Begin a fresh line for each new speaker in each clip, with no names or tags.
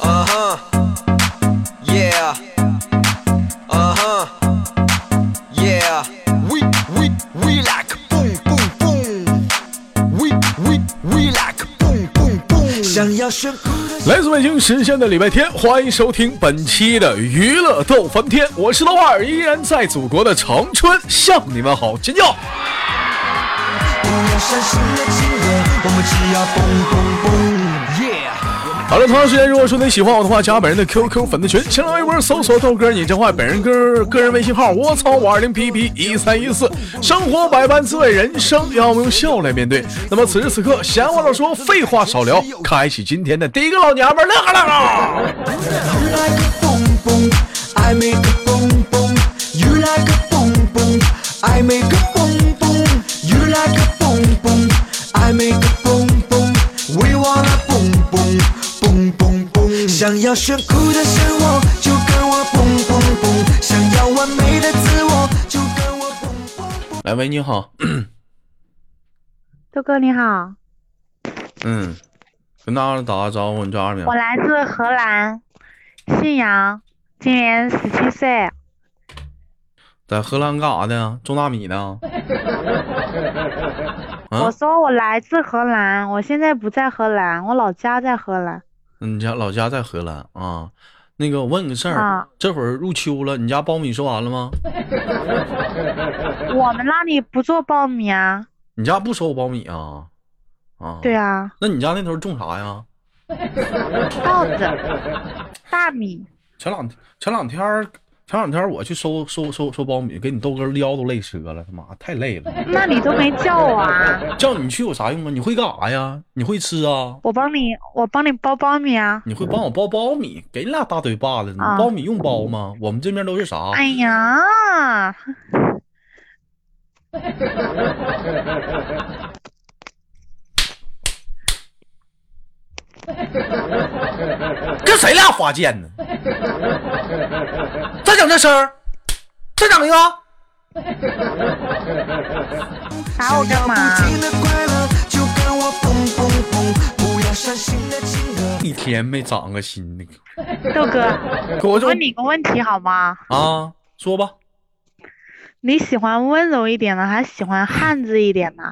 Uh-huh. 想要炫酷的
来自北京时间的礼拜天，欢迎收听本期的娱乐逗翻天，我是豆瓣儿，依然在祖国的长春向你们好，尖叫！
不要伤心的情人，我们只要蹦蹦蹦，Yeah！
好了，同样时间，如果说你喜欢我的话，加本人的 QQ 粉丝群，新浪微博搜索豆哥你真坏，本人个个人微信号我操五二零 pp 一三一四。生活百般滋味，人生要用笑来面对。那么此时此刻，闲话少说，废话少聊，开启今天的第一个老娘们儿乐呵乐呵。
You like a boom boom, I make a boom boom. You like a boom boom, I make a boom boom. You like a boom boom, I make a boom boom. We wanna boom boom boom boom boom。想要炫酷的生活，就跟我 boom boom boom。想要完美的自我，就跟我 boom boom boom。
来，喂，你好，
豆哥你好，
嗯，跟大家打个招呼，你叫啥啊名
我？来自荷兰信阳，今年十七岁，
在荷兰啊干啥呢？种大米呢？
我
啊，
说我来自荷兰，我现在不在荷兰，我老家在荷兰。
你家老家在荷兰啊？那个，我问个事儿，
啊
这会儿入秋了，你家苞米收完了吗？
我们那里不做苞米啊，
你家不收苞米啊？啊，
对啊，
那你家那头种啥呀？
稻子、大米，
前两前两天儿前两天儿我去收收收收苞米，给你豆哥腰都累折了，他妈太累 了。
那你都没叫我啊，
叫你去有啥用啊？你会干啥呀？你会吃啊？
我帮你，我帮你包苞米啊。
你会帮我包苞米？给你俩大嘴巴子，你
啊
苞米用包吗？我们这边都是啥？
哎呀，
跟谁俩花剑 呢？再整这声儿，再整一个。
打我干嘛？
想要不停的快乐，就跟我 boom boom boom。不要伤心的情人。
一天没长个心的，
豆哥，
给我
我
整
问你个问题好吗？
啊！说吧，
你喜欢温柔一点呢，还是喜欢汉子一点呢？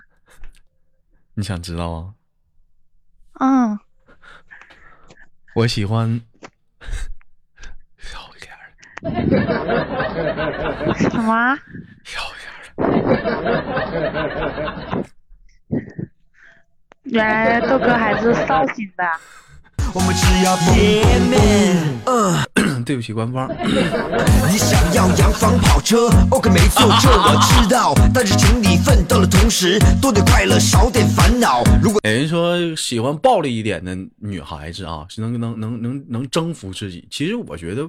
你想知道啊？
嗯，
我喜欢， 要脸儿，
什么？
要脸儿。
原来豆哥还是绍兴的。
我们只要蹦蹦蹦。呃，
对不起，官方。
你想要洋房跑车？OK，没错，这我知道。但是请你奋斗的同时，多点快乐，少点烦恼。如果
有人说喜欢暴力一点的女孩子啊，是能能能能能征服自己。其实我觉得，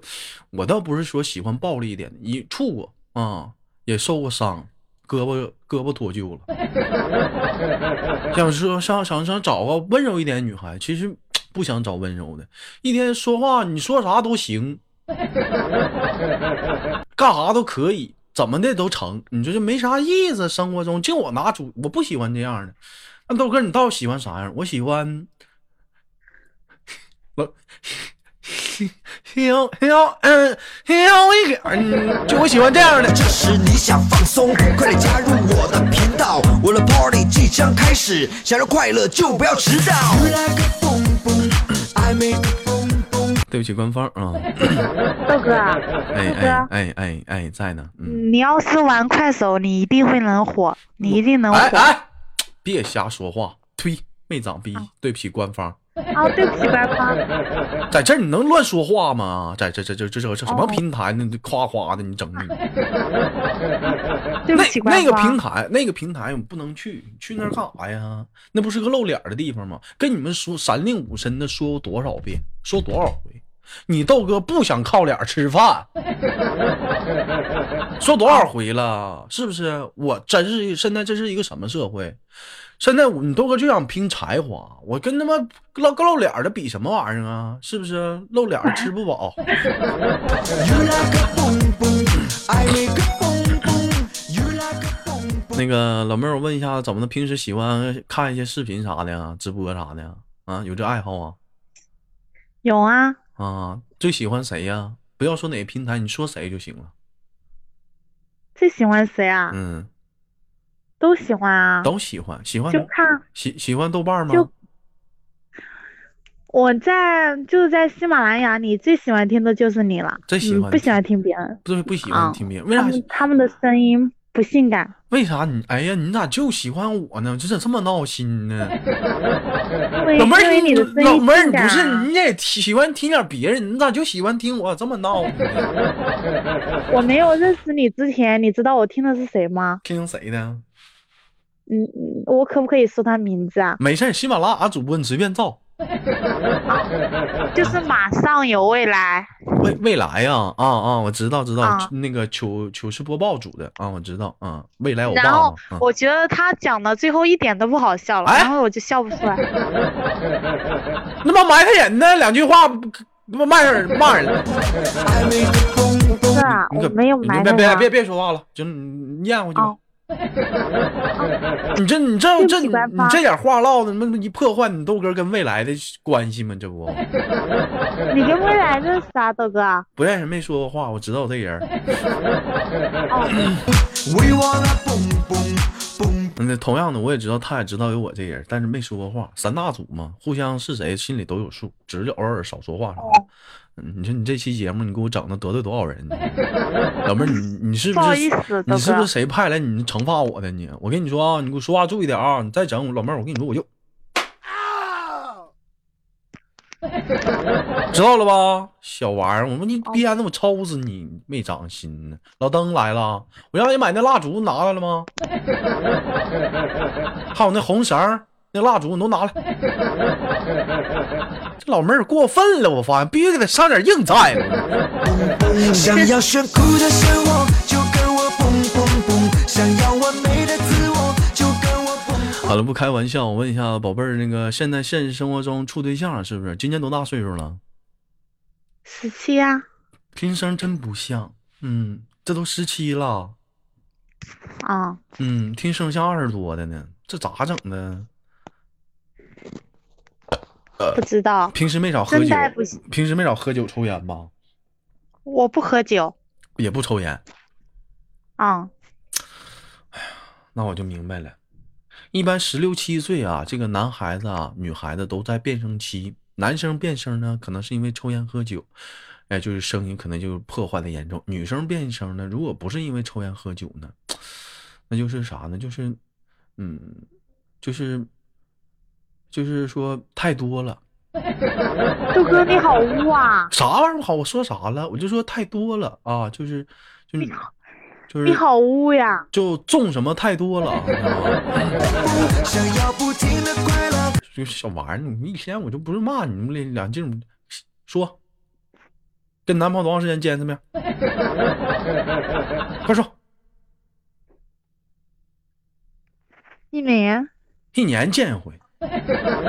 我倒不是说喜欢暴力一点的，也处过啊，也受过伤，胳膊胳膊脱臼了。想说想想想找个温柔一点的女孩，其实不想找温柔的，一天说话你说啥都行，干啥都可以，怎么的都成。你说这没啥意思，生活中净我拿主，我不喜欢这样的。那豆哥，你到底喜欢啥样？我喜欢，我 heel heel 嗯 heel 一点儿，嗯就我喜欢这样的。
这时你想放松，快点加入我的频道，我的 party 即将开始。想要快乐就不要迟到。You like a boom boom, I make a boom boom.
对不起，官方啊，
豆哥，啊
哎哎哎哎哎，在呢，嗯，
你要是玩快手，你一定会能火，你一定能火。
哎哎，别瞎说话，呸，没长逼，对不起，官方，
哦，对不起，官方，
在这儿你能乱说话吗？在这这这这这这什么平台呢？你夸夸的，你整你。
对不
那
起，官
那
方。
个平台，那个平台我们不能去，去那儿干啥呀？那不是个露脸儿的地方吗？跟你们说三令五申的说过多少遍，说多少回？你豆哥不想靠脸儿吃饭，说多少回了？是不是？我真是现在这是一个什么社会？现在我你豆哥就想拼才华，我跟他妈露露脸儿的比什么玩意儿啊？是不是？露脸儿吃不饱。
You like a boom boom, I make a boom boom. You like a boom boom.
那个老妹儿，我问一下，怎么的？平时喜欢看一些视频啥的呀，直播啥的呀？啊，有这爱好啊？
有啊，
啊，最喜欢谁呀？不要说哪个平台，你说谁就行了。
最喜欢谁啊？
嗯，
都喜欢啊，
都喜欢，喜欢
就看
喜喜欢豆瓣
就
吗？
我在就是在喜马拉雅，你最喜欢听的就是你了，
最喜
嗯
欢
不喜欢听别人，
不是不喜
啊
欢听别人，为
他
啥？
们他们的声音不性感，
为啥你？哎呀，你咋就喜欢我呢？这咋这么闹心呢？
因为
老
因
妹儿，
为你的声
老
音
妹儿，
性
你
感
不是
啊，
你也喜喜欢听点别人，你咋就喜欢听我这么闹 呢？
我没有认识你之前，你知道我听的是谁吗？
听谁的？
嗯，嗯我可不可以说他名字啊？
没事儿，喜马拉雅主播你随便造。啊
就是马上有未来，
未未来呀、啊，啊啊，我知道知道，
嗯啊
那个糗糗事播报组的啊，我知道啊，未来我爸
然后
嘛，啊、
我觉得他讲的最后一点都不好笑了，
哎
然后我就笑不出 来。
那帮埋汰人呢，两句话他妈骂人骂人了，
I make a boom boom.
是啊，
你
我
可
没有
你
埋
别
汰
别
他
别别说话了，就你你咽回去吧
哦。
你这你这
对不
这
起
你
官方
这点话唠的，那么一破坏你豆哥跟未来的关系吗？这不
你跟未来认识啊，豆哥？
不认识没说过话，我知道我这人。
We wanna boom boom boom.
嗯
那同样的，我也知道他也知道有我这人，但是没说过话。三大组嘛，互相是谁心里都有数，只是偶尔少说话啥的。
哦
嗯你说你这期节目，你给我整的得罪多少 人呢？老妹儿，你你是
不好
是
意思，豆
你是不
哥
是，谁派来你惩罚我的你？我跟你说啊，你给我说话注意点啊！你再整我，老妹儿，我跟你说我就，知道了吧？小玩意儿，我说
哦
你别让我抽死你，没长心呢。老登来了，我让你买那蜡烛拿来了吗？还有那红绳儿那蜡烛你都拿来。这老妹儿过分了，我发现必须给她上点硬菜了。
想要炫酷的生活，就跟我 boom boom boom。想要完美的自我，就跟我 boom。
好了，不开玩笑，我问一下宝贝儿，那个现在现实生活中处对象是不是？今年多大岁数了？
十七啊，
听声真不像，嗯，这都十七了，
啊，
嗯，听声像二十多的呢，这咋整的？呃
不知道，
平时没少喝
真
酒
带不起，
平时没少喝酒抽烟吧？
我不喝酒，
也不抽烟，
啊，
那我就明白了。一般十六七岁啊，这个男孩子啊、女孩子都在变声期。男生变声呢，可能是因为抽烟喝酒，哎，就是声音可能就破坏的严重。女生变声呢，如果不是因为抽烟喝酒呢，那就是啥呢？就是，嗯，就是，就是说太多了。呃
豆哥你好污啊，
啥玩意儿不好？我说啥了？我就说太多了啊，就是，就你，就是
你好污呀，
就种什么太多了，你知道吗？
想要不停的快乐，
就是小玩意儿，你一天我就不是骂你们俩两劲儿，说，跟男朋友多长时间见一次面？快说，
一年，
一年见一回，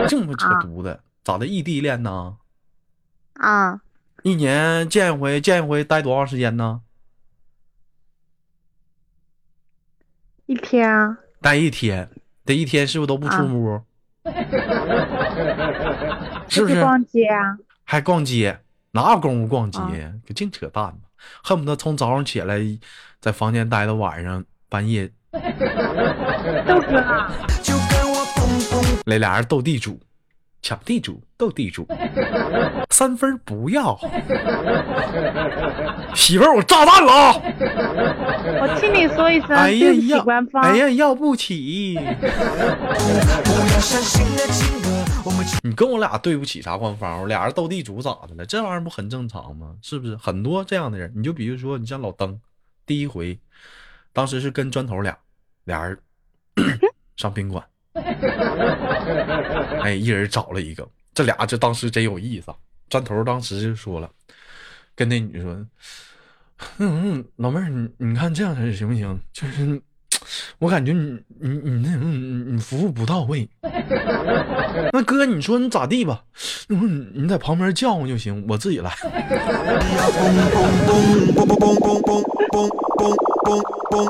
净不扯犊子，咋的？异地恋呢？
啊，
一年见一回，见一回待多长时间呢？
一天啊，
待一天，这一天是不是都不出
啊
屋？是不
出去
是？
逛街啊，
还逛街，哪有功夫逛街呀？可净扯淡吧，恨不得从早上起来在房间待到晚上半夜，
豆哥啊，
就跟我 boom boom。
来俩人斗地主，抢地主，斗地主，三分儿不要，媳妇儿我炸弹了啊！
我替你说一声，
哎呀
对不起
要，
官方，
哎呀要不起，
不要伤心的情歌，我们
你跟我俩对不起啥官方，我俩人斗地主咋的了？这玩意儿不很正常吗？是不是？很多这样的人，你就比如说你像老登，第一回，当时是跟砖头俩俩人 上宾馆，哎，一人找了一个，这俩这当时真有意思啊。砖头当时就说了，跟那女说，嗯，老妹儿，你你看这样式行不行？就是我感觉你你你那嗯你你服务不到位。 那哥，你说你咋地吧？你说你你在旁边叫唤就行，我自己来。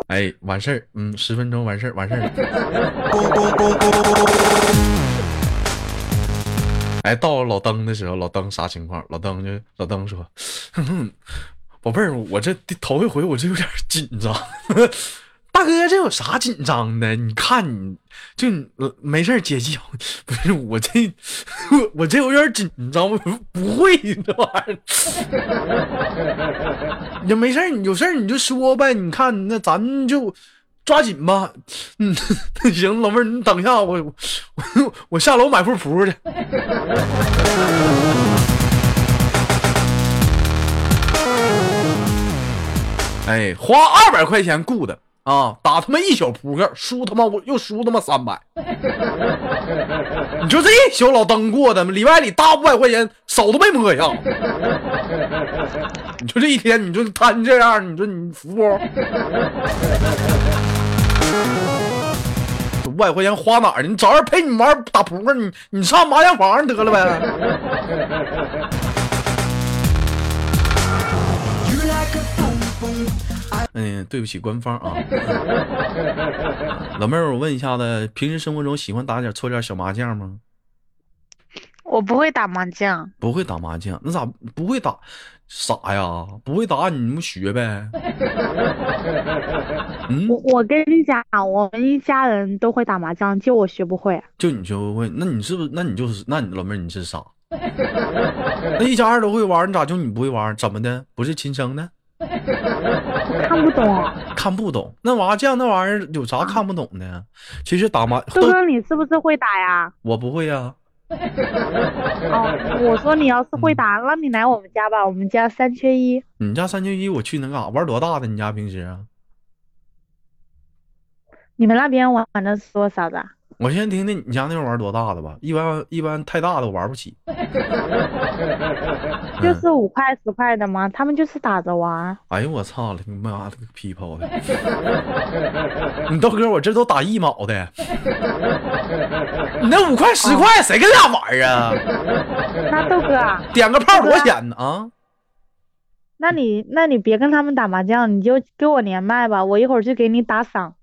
哎，完事儿，嗯，十分钟完事儿，完事儿了。哎，到老登的时候，老登啥情况？老登就老登说， 哼哼，宝贝儿，我这第头一回我这有点紧张。 大哥，这有啥紧张的？你看你，就你、呃没事儿姐姐，不是我这 我我这有点紧张，我不会这玩意儿。 你没事儿，你有事儿你就说呗。你看，那咱们就抓紧吧。嗯， 行，老妹儿，你等一下，我 我我我下楼买副扑去。哎，花二百块钱雇的啊，打他妈一宿扑克，输他妈我又输他妈三百。你就这一宿老登过的，里外里大五百块钱，手都没摸一样。你就这一天，你就摊这样，你说你服不？五百块钱花哪儿呢？你找人陪你玩打扑克，你你上麻将房得了呗。
You like a boom boom. I
嗯，对不起官方啊。 老妹儿，我问一下子，平时生活中喜欢打点搓点小麻将吗？
我不会打麻将，
不会打麻将，那咋不会打？傻呀，不会打你不学呗？嗯
我，我跟你讲，我们一家人都会打麻将，就我学不会。
就你就会，那你是不是？那你就是，那你老妹儿你是傻。那一家人都会玩，你咋就你不会玩？怎么的？不是亲生的？
看不懂，
看不懂那麻将那玩意儿有啥看不懂的呀？其实打麻
哥
都
哥，你是不是会打呀？
我不会啊呀、
哦，我说你要是会打，那你来我们家吧，我们家三缺一，
你家三缺一我去能干啥？玩多大的？你家平时啊？
你们那边玩的是多少的？
我先听听你家那边玩多大的吧，一般一般太大的我玩不起。
就
嗯
是五块十块的吗？他们就是打着玩。
哎呦我操了，你妈了个屁泡的！ 你豆哥，我这都打一毛的，你那五块十块谁跟俩玩儿啊？
那豆哥啊，
点个炮多少钱呢？啊，
那你那你别跟他们打麻将，你就跟我连麦吧，我一会儿去给你打赏，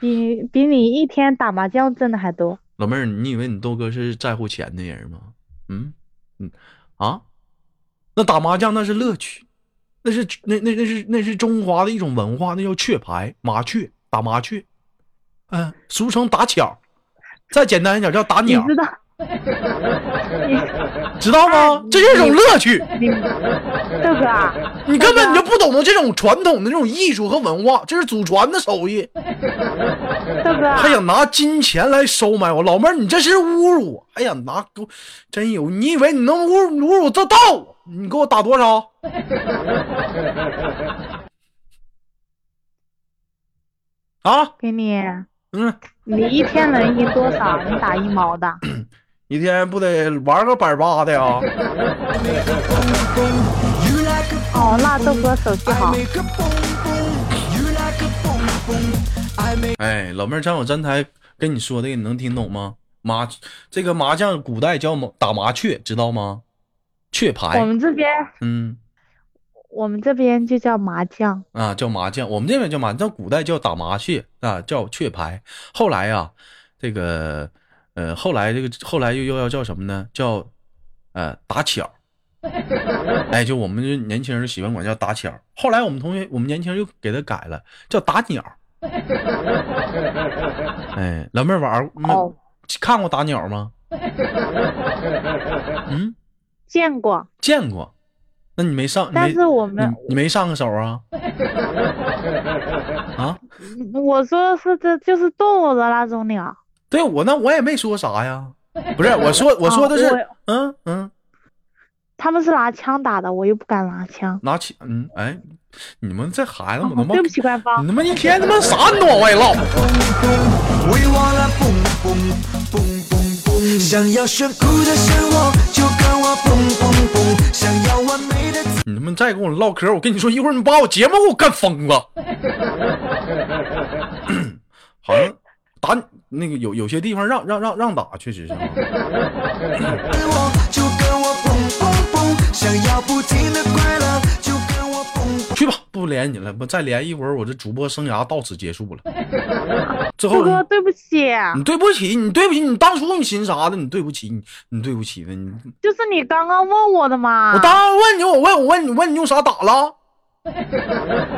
比比你一天打麻将挣的还多。
老妹儿，你以为你豆哥是在乎钱的人吗？嗯嗯啊，那打麻将那是乐趣，那是那那那是那是中华的一种文化，那叫雀牌麻雀打麻雀，嗯、俗称打巧，再简单一点叫打
你
鸟，
知道，你
知道吗？这是一种乐趣。
你豆哥啊，
你根本你就不懂得这种传统的这种艺术和文化，这是祖传的手艺，
豆哥啊，
还想哎拿金钱来收买我，老妹儿，你这是侮辱我！哎呀，拿给我，真有，你以为你能侮辱侮辱得到我？你给我打多少？ 啊，
给你，
嗯，
你一天能赢多少？你打一毛的，
一天不得玩个百八的呀？
make a boom boom. You like a
哦，那
boom
豆
boom.
哥手气
I
好，
make a boom boom. You like a boom boom. I make
哎，老妹儿，像我刚才跟你说的，你能听懂吗？麻，这个麻将古代叫麻打麻雀，知道吗？雀
我
牌，
们这边
嗯。
我们这边就叫麻将，
啊，叫麻将，我们这边叫麻，叫古代叫打麻雀啊，叫雀牌。后来呀、这个呃，后来这个后来又又要叫什么呢？叫呃打巧。 哎，就我们这年轻人喜欢管叫打巧。后来我们同学，我们年轻人又给他改了，叫打鸟。哎，老妹儿玩儿
哦，
看过打鸟吗？嗯，
见过，
见过。那你没上，你
但
嗯没
是我
你
们
你没上个手啊？啊？
我说的是这就是动物的那种鸟，
对我那我也没说啥呀，不是我说我说的是，
啊
嗯嗯，
他们是拿枪打的，我又不敢拿枪。
拿起嗯哎，你们这孩子
哦
们他妈，
对不起，官
你
方，
他妈一天他妈啥你都往外唠，
boom boom. We wanna boom boom boom boom boom. 想要炫酷的生活，就跟我 boom boom boom。想要完美的自
你他妈再跟我唠嗑，我跟你说一会儿你把我节目给我干疯了，好像打那个有有些地方让让让让打，确实是啊，
我，就跟我 boom boom boom。想要不停的快乐，就跟我 boom boom。
去吧，不连你了，不再连一会儿我这主播生涯到此结束了，最后嗯
豆哥，对不起，
你对不起，你对不起，你当初你寻啥的，你对不起，你你对不起的，你
就是你刚刚问我的嘛。
我当然问你，我问我问你问你用啥打了？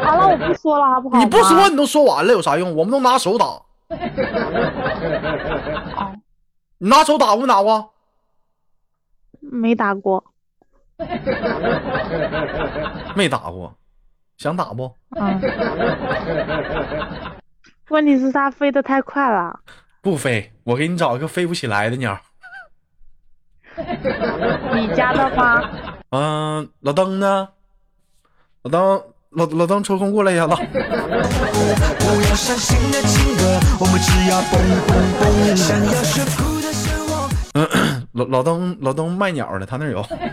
好了，我不说了，好不好嘛？
你不说你都说完了，有啥用？我们都拿手打，
哦，
你拿手打过没打过？
没打 过，
没打过，想打不？
嗯。问题是它飞得太快了，
不飞，我给你找一个飞不起来的鸟儿。
你家的吗？
嗯、老登呢？老登，老老登抽空过来一下子。
不要相信的情歌，我们只要蹦蹦蹦。想要炫酷的生活，
老老登，老登卖鸟儿的，他那儿有。
就跟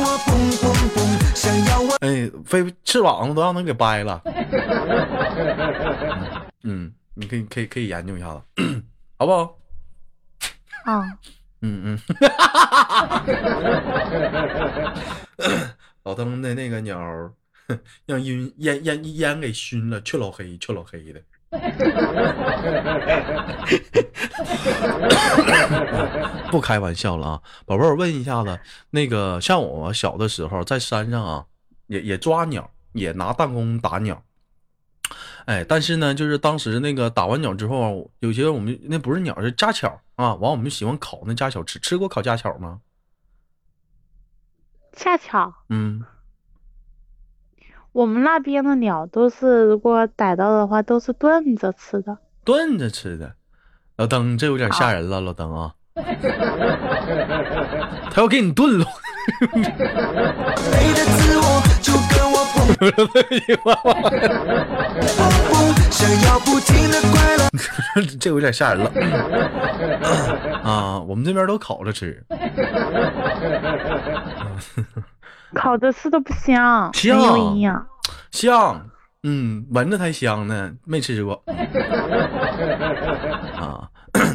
我蹦蹦蹦。想要我
哎，飞翅膀子都让他给掰了。嗯，你可以可以可以研究一下子，好不好？
啊，
嗯 嗯。老登的那个鸟儿，让晕烟烟烟给熏了，却老黑却老黑的。 不开玩笑了啊，宝贝儿，我问一下子，那个像我小的时候在山上啊，也也抓鸟，也拿弹弓打鸟。哎，但是呢，就是当时那个打完鸟之后啊，有些我们那不是鸟，是家巧啊，完我们就喜欢烤那家巧吃，吃过烤家巧吗？
恰巧
嗯，
我们那边的鸟都是，如果逮到的话都是炖着吃的。
炖着吃的。老登，这有点吓人了，老登啊，他要给你炖了。
飞的自我，就跟我蹦蹦蹦。想要不停的快乐，
这有点吓人了 啊！我们这边都烤着吃，
烤着吃都不香，
香
没有营养。
香，嗯，闻着才香呢，没吃过啊。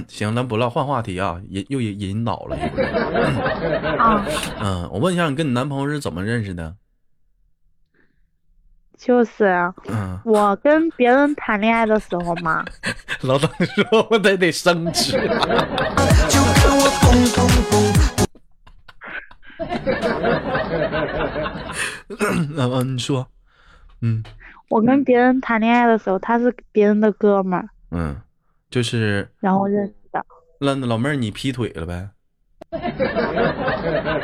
行，咱不唠，换话题啊，引又引引导了一会儿。
啊，
嗯、我问一下，你跟你男朋友是怎么认识的？
就是
嗯、
我跟别人谈恋爱的时候嘛，
老邓说我得得升职，
就跟我蹦蹦蹦。
嗯、嗯，你说，嗯
我跟别人谈恋爱的时候，他是别人的哥们儿，
嗯，就是
然后认识的。
那老妹儿你劈腿了呗？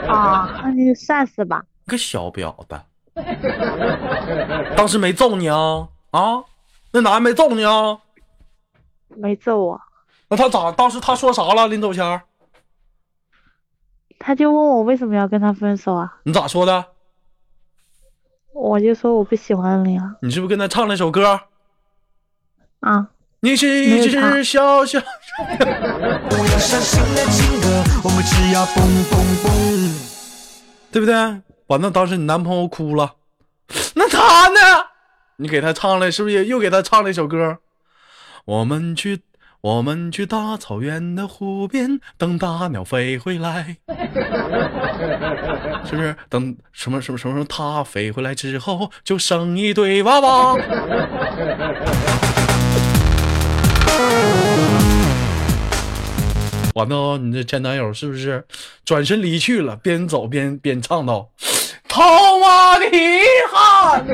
啊，那就算是吧。
个小婊子，当时没揍你啊啊？那男的没揍你啊？
没揍我，
那他咋？当时他说啥了？临走前儿
他就问我为什么要跟他分手啊，
你咋说的？
我就说我不喜欢你了
你是不是跟他唱了一首歌？
啊。
你是
没
一
有
只
唱
小 小……
不要相信的情歌，我们只要蹦蹦蹦。
对不对？完了，当时你男朋友哭了，那他呢？你给他唱了，是不是也又给他唱了一首歌？我们去，我们去大草原的湖边，等大鸟飞回来，是不是？等什么什么什么什么，它飞回来之后，就生一堆娃娃。完了，你这前男友是不是转身离去了？边走边边唱道：“套马的汉，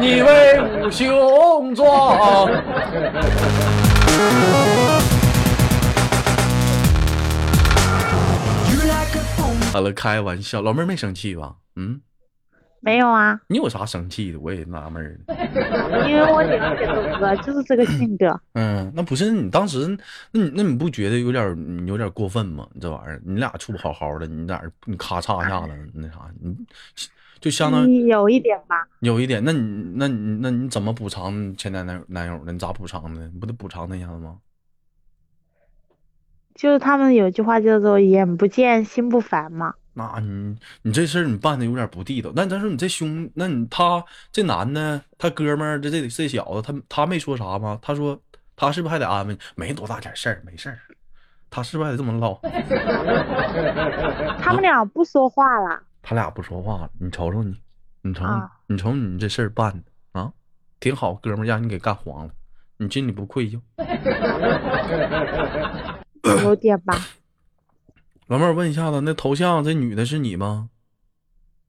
你为吾雄壮。” 好了，开玩笑，老妹儿没生气吧？嗯，
没有啊，
你有啥生气的？我也纳闷儿呢。
因为我姐姐的哥就是这个性格，
嗯，那不是你当时，那你那你不觉得有点儿你有点儿过分吗？你这玩意儿，你俩处不好好的，你咋你咔嚓一下子那啥，你就相当于
嗯有一点吧。
有一点，那你那你那你怎么补偿前男男男友呢？你咋补偿的？你不得补偿他一下子吗？
就是他们有句话叫做“眼不见心不烦”嘛。
那你你这事儿你办的有点不地道。那咱说你这兄，那你他这男的，他哥们儿这这这小子，他他没说啥吗？他说他是不是还得安慰你？没多大点事儿，没事儿。他是不是还得这么唠？啊
他们俩不说话了，
他俩不说话了，你瞅瞅你，你瞅、
啊
你瞅你这事儿办的啊，挺好，哥们儿让你给干黄了，你心里不愧疚？
有点吧。
老妹儿问一下子，那头像这女的是你吗？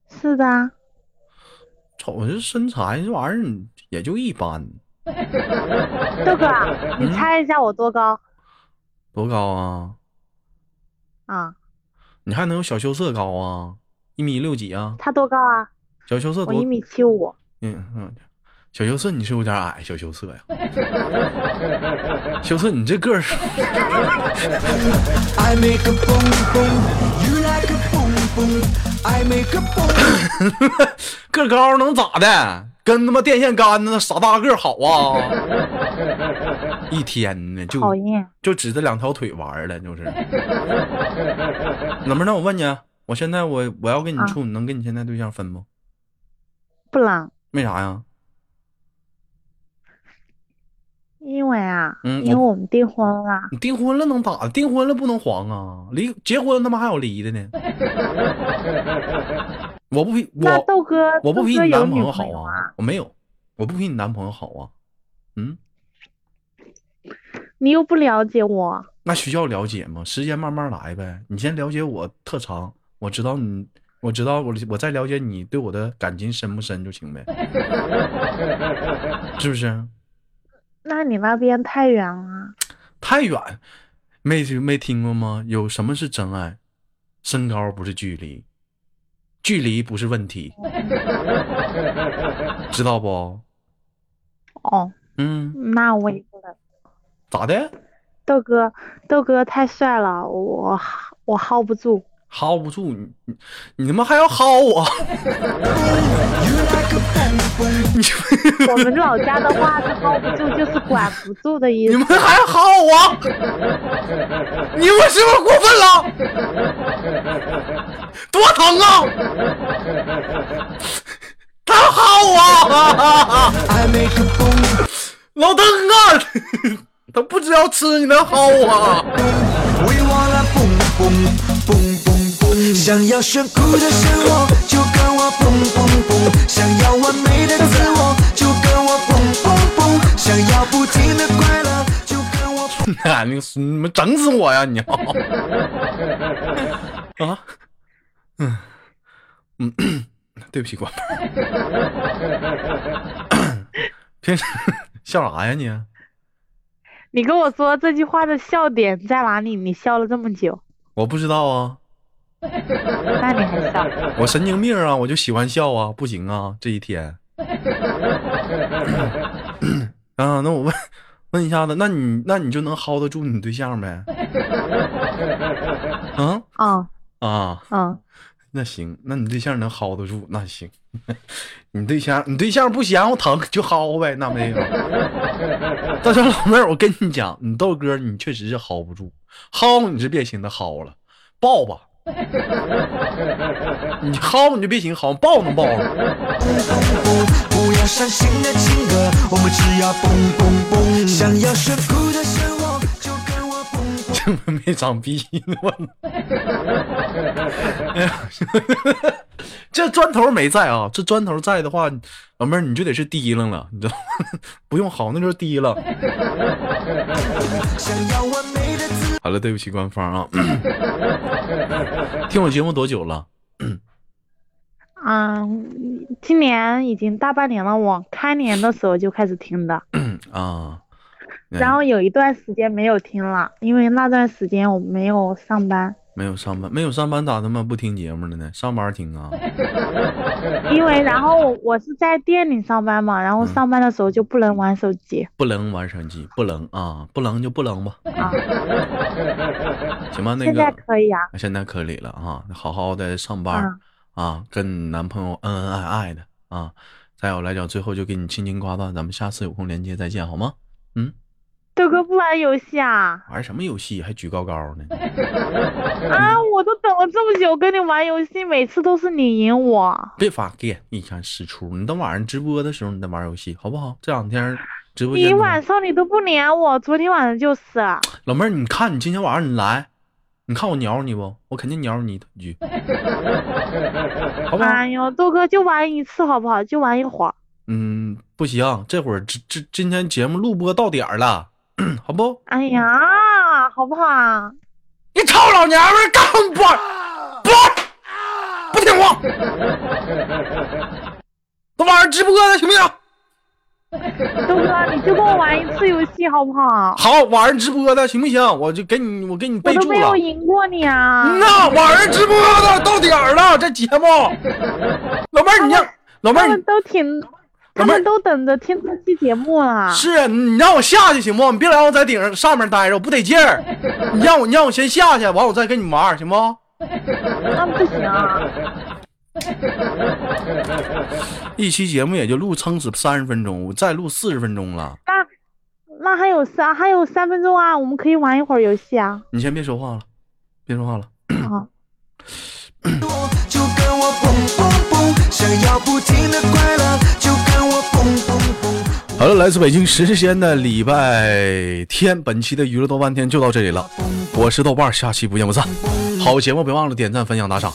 是的啊，
瞅这身材这玩意儿你也就一般，
豆哥啊，
嗯
你猜一下我多高
多高啊？
啊？
你还能有小羞涩高啊？一米六几啊？
他多高啊？
小羞涩
我
多
一米七五，
嗯嗯，小羞涩你是有点矮，小羞涩 呀。羞涩你这个儿是
I make a boom boom, you like a boom boom. I make a boom,
个儿高能咋的？跟他妈电线杆子那傻大个儿好啊！一天呢就
讨厌。
就指着两条腿玩儿了，就是。老妹儿，那我问你，啊我现在我我要跟你
啊
处，你能跟你现在对象分不？
不冷，
为啥呀？
因为啊，
嗯
因为我们订婚了，
你订婚了能咋的？订婚了不能黄啊！离结婚他妈还有离 的呢。我不比
那
我
豆哥，
我不
豆
比
哥
你
有
男朋
女
友
朋
好
友
啊，我没有，我不比你男朋友好啊。嗯，
你又不了解我，
那需要了解吗？时间慢慢来呗。你先了解我特长，我知道你，我知道我，我再了解你对我的感情深不深就行呗，是不是？
那你那边太远了。
太远，没没听过吗？有什么是真爱？身高不是距离，距离不是问题，知道不？
哦，
嗯，
那我也不能。
咋的？
豆哥，豆哥太帅了，我我 hold 不住。
薅不住你，你你他妈还要薅我？
you like a boom boom.
我们老家的话是 hold 不住，就是管不住的意
你
思
们。还要薅我？你们是不是过分了？多疼啊！他啊薅我，
I make a boom
老邓啊！他不知道吃你能啊薅我，
boom. We wanna boom boom boom boom boom。想要炫酷的生活，就跟我 boom boom boom。想要完美的自我，就跟我 boom boom boom。想要不停的快乐，就跟我 boom。
那你你们整死我呀！你要啊，嗯嗯，对不起，关门。平时笑啥呀你？
你跟我说这句话的笑点在哪里？你笑了这么久，
我不知道啊。
那你还笑？
我神经病啊，我就喜欢笑啊，不行啊，这一天。啊，那我问问一下子，那你那你就能 hold 得住你对象呗？啊
嗯
啊，
嗯，
那行，那你对象能 hold 得住，那行。 你对象你对象不嫌我疼就 hold 呗，那没有。 但是老妹儿，我跟你讲，你豆哥你确实是 hold 不住，hold 你是别寻思 hold 了，抱吧。 你 hold 你就别寻思 hold，抱能抱了。
不要伤心的情歌，我们只要蹦蹦蹦。想要炫酷的生活，就跟我蹦蹦。
这么 没长逼呢，我。哎呀， 这砖头没在啊，这砖头在的话，老妹儿你就得是低楞了，你知道吗？ 不用好，那就是低了。
想要完美的自
好了，对不起官方啊。 听我节目多久了？
啊，今年已经大半年了，我开年的时候就开始听的，
啊，哎
然后有一段时间没有听了，因为那段时间我没有上班，
没有上班，没有上班咋他妈不听节目了呢？上班听啊。
因为然后我是在店里上班嘛，然后
嗯
上班的时候就不能玩手机
不能玩手机，不能啊，不能就不能吧。
啊，
行吧，那
现在
个
可以啊，
现在可以了啊，好好的上班。
啊，
啊，跟你男朋友恩恩爱爱的啊。再有来讲，最后就给你亲亲夸夸，咱们下次有空连接再见好吗？
豆哥不玩游戏啊？
玩什么游戏还举高高呢？
啊，我都等了这么久跟你玩游戏，每次都是你赢我。
别发 gay，一天使出。你等晚上直播的时候你再玩游戏好不好？这两天直播间
你
都
晚上你都不连我，昨天晚上就是。
老妹儿，你看你今天晚上你来，你看我鸟你不？我肯定鸟你一句，好不好？
哎呦，豆哥就玩一次好不好？就玩一会儿。
嗯，不行，这会儿这这今天节目录播到点儿了， 好不？
哎呀，好不好啊？
你臭老娘们儿，干不不不听话！那晚上直播的行不行？
东哥，你就跟我玩一次游戏好不好？
好，晚上直播的行不行？我就给你，我给你
我
备
都
注
没
了
有。赢过你啊！
那晚上直播的到点儿了，这节目。老妹儿，你让老妹
他
儿
们
你
都挺，
老
他
妹儿
们都等着听这期节目了。
是啊你让我下去行不？你别让我在顶上上面待着，我不得劲儿。你让我你让我先下去，完我再跟你玩儿行不？
那不行啊！
一期节目也就录撑死三十分钟，我再录四十分钟了。
那那还有三还有三分钟啊，我们可以玩一会儿游戏啊。
你先别说话了，别说话了。
好，
就跟我蹦蹦蹦，想要不停的快乐，就跟我蹦蹦蹦。
好了，来自北京时间的礼拜天，本期的娱乐豆瓣天就到这里了。我是豆瓣儿，下期不见不散。好节目别忘了点赞、分享、打赏。